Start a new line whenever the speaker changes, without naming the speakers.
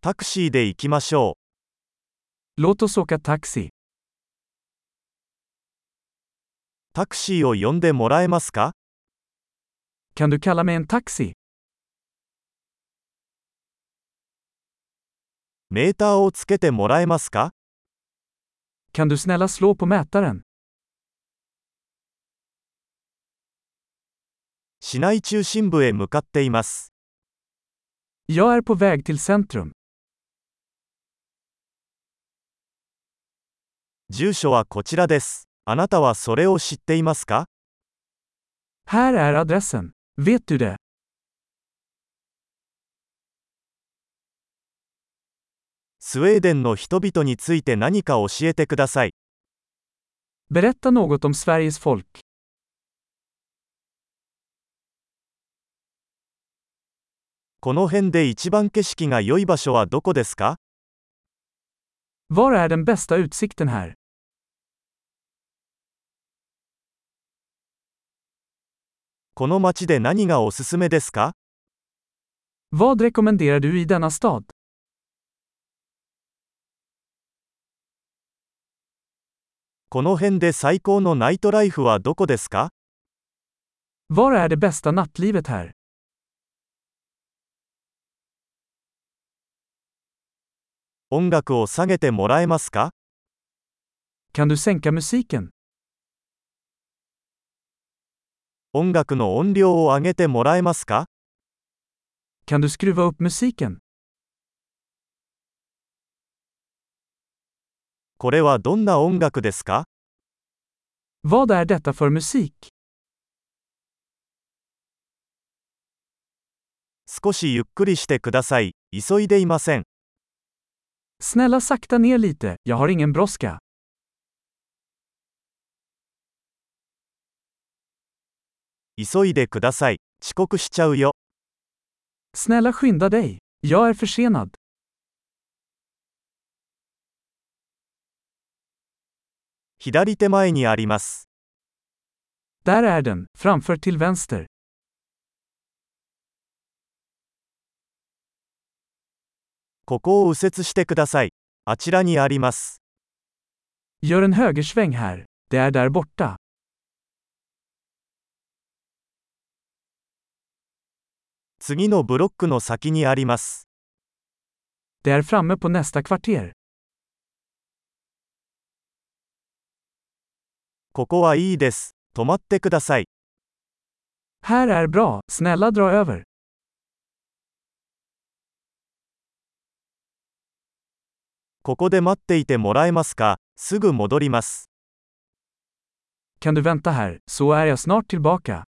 タクシーで行きましょ
Låt oss åka taxi.
う。タクシーを呼んでもらえますか
Kan du kalla mig en taxi?
メーターをつけてもらえますか
Kan du snälla slå på mätaren?
市内中心部へ向かっています。
Jag är på väg till centrum.
住所はこちらです。あなたはそれを知っていますか
Här är adressen. Vet du det?
スウェーデンの人々について何か教えてください。
Berätta något om Sveriges folk.
この辺で一番景色が良い場所はどこですか
Var är den bästa utsikten här?
この街で何がおすすめですか
Vad rekommenderar du i denna stad?
この辺で最高のナイトライフはどこですか
Var är det bästa nattlivet här?
音楽を下げてもらえますか
Kan du sänka musiken?
音楽の音量を上げてもらえますか
Kan du skruva upp musiken?
これはどんな音楽ですか
Vad är detta för musik?
少しゆっくりしてください。急いでいません。
Snälla sakta ner lite, jag har ingen brådska.
急いでください。遅刻しちゃうよ。
Snälla skynda dig. Jag är försenad.
左手前にあります。
Där är den, framför till vänster.
ここを右折してください。あちらにあります。
Gör en högersväng här. Det är där borta.
次のブロックの先にあります。
Det är framme på nästa kvarter.
ここはいいです。止まってください。
Här är bra, snälla dra över.
ここで待っていてもらえますかすぐ戻ります。
Kan du vänta här, så är jag snart tillbaka.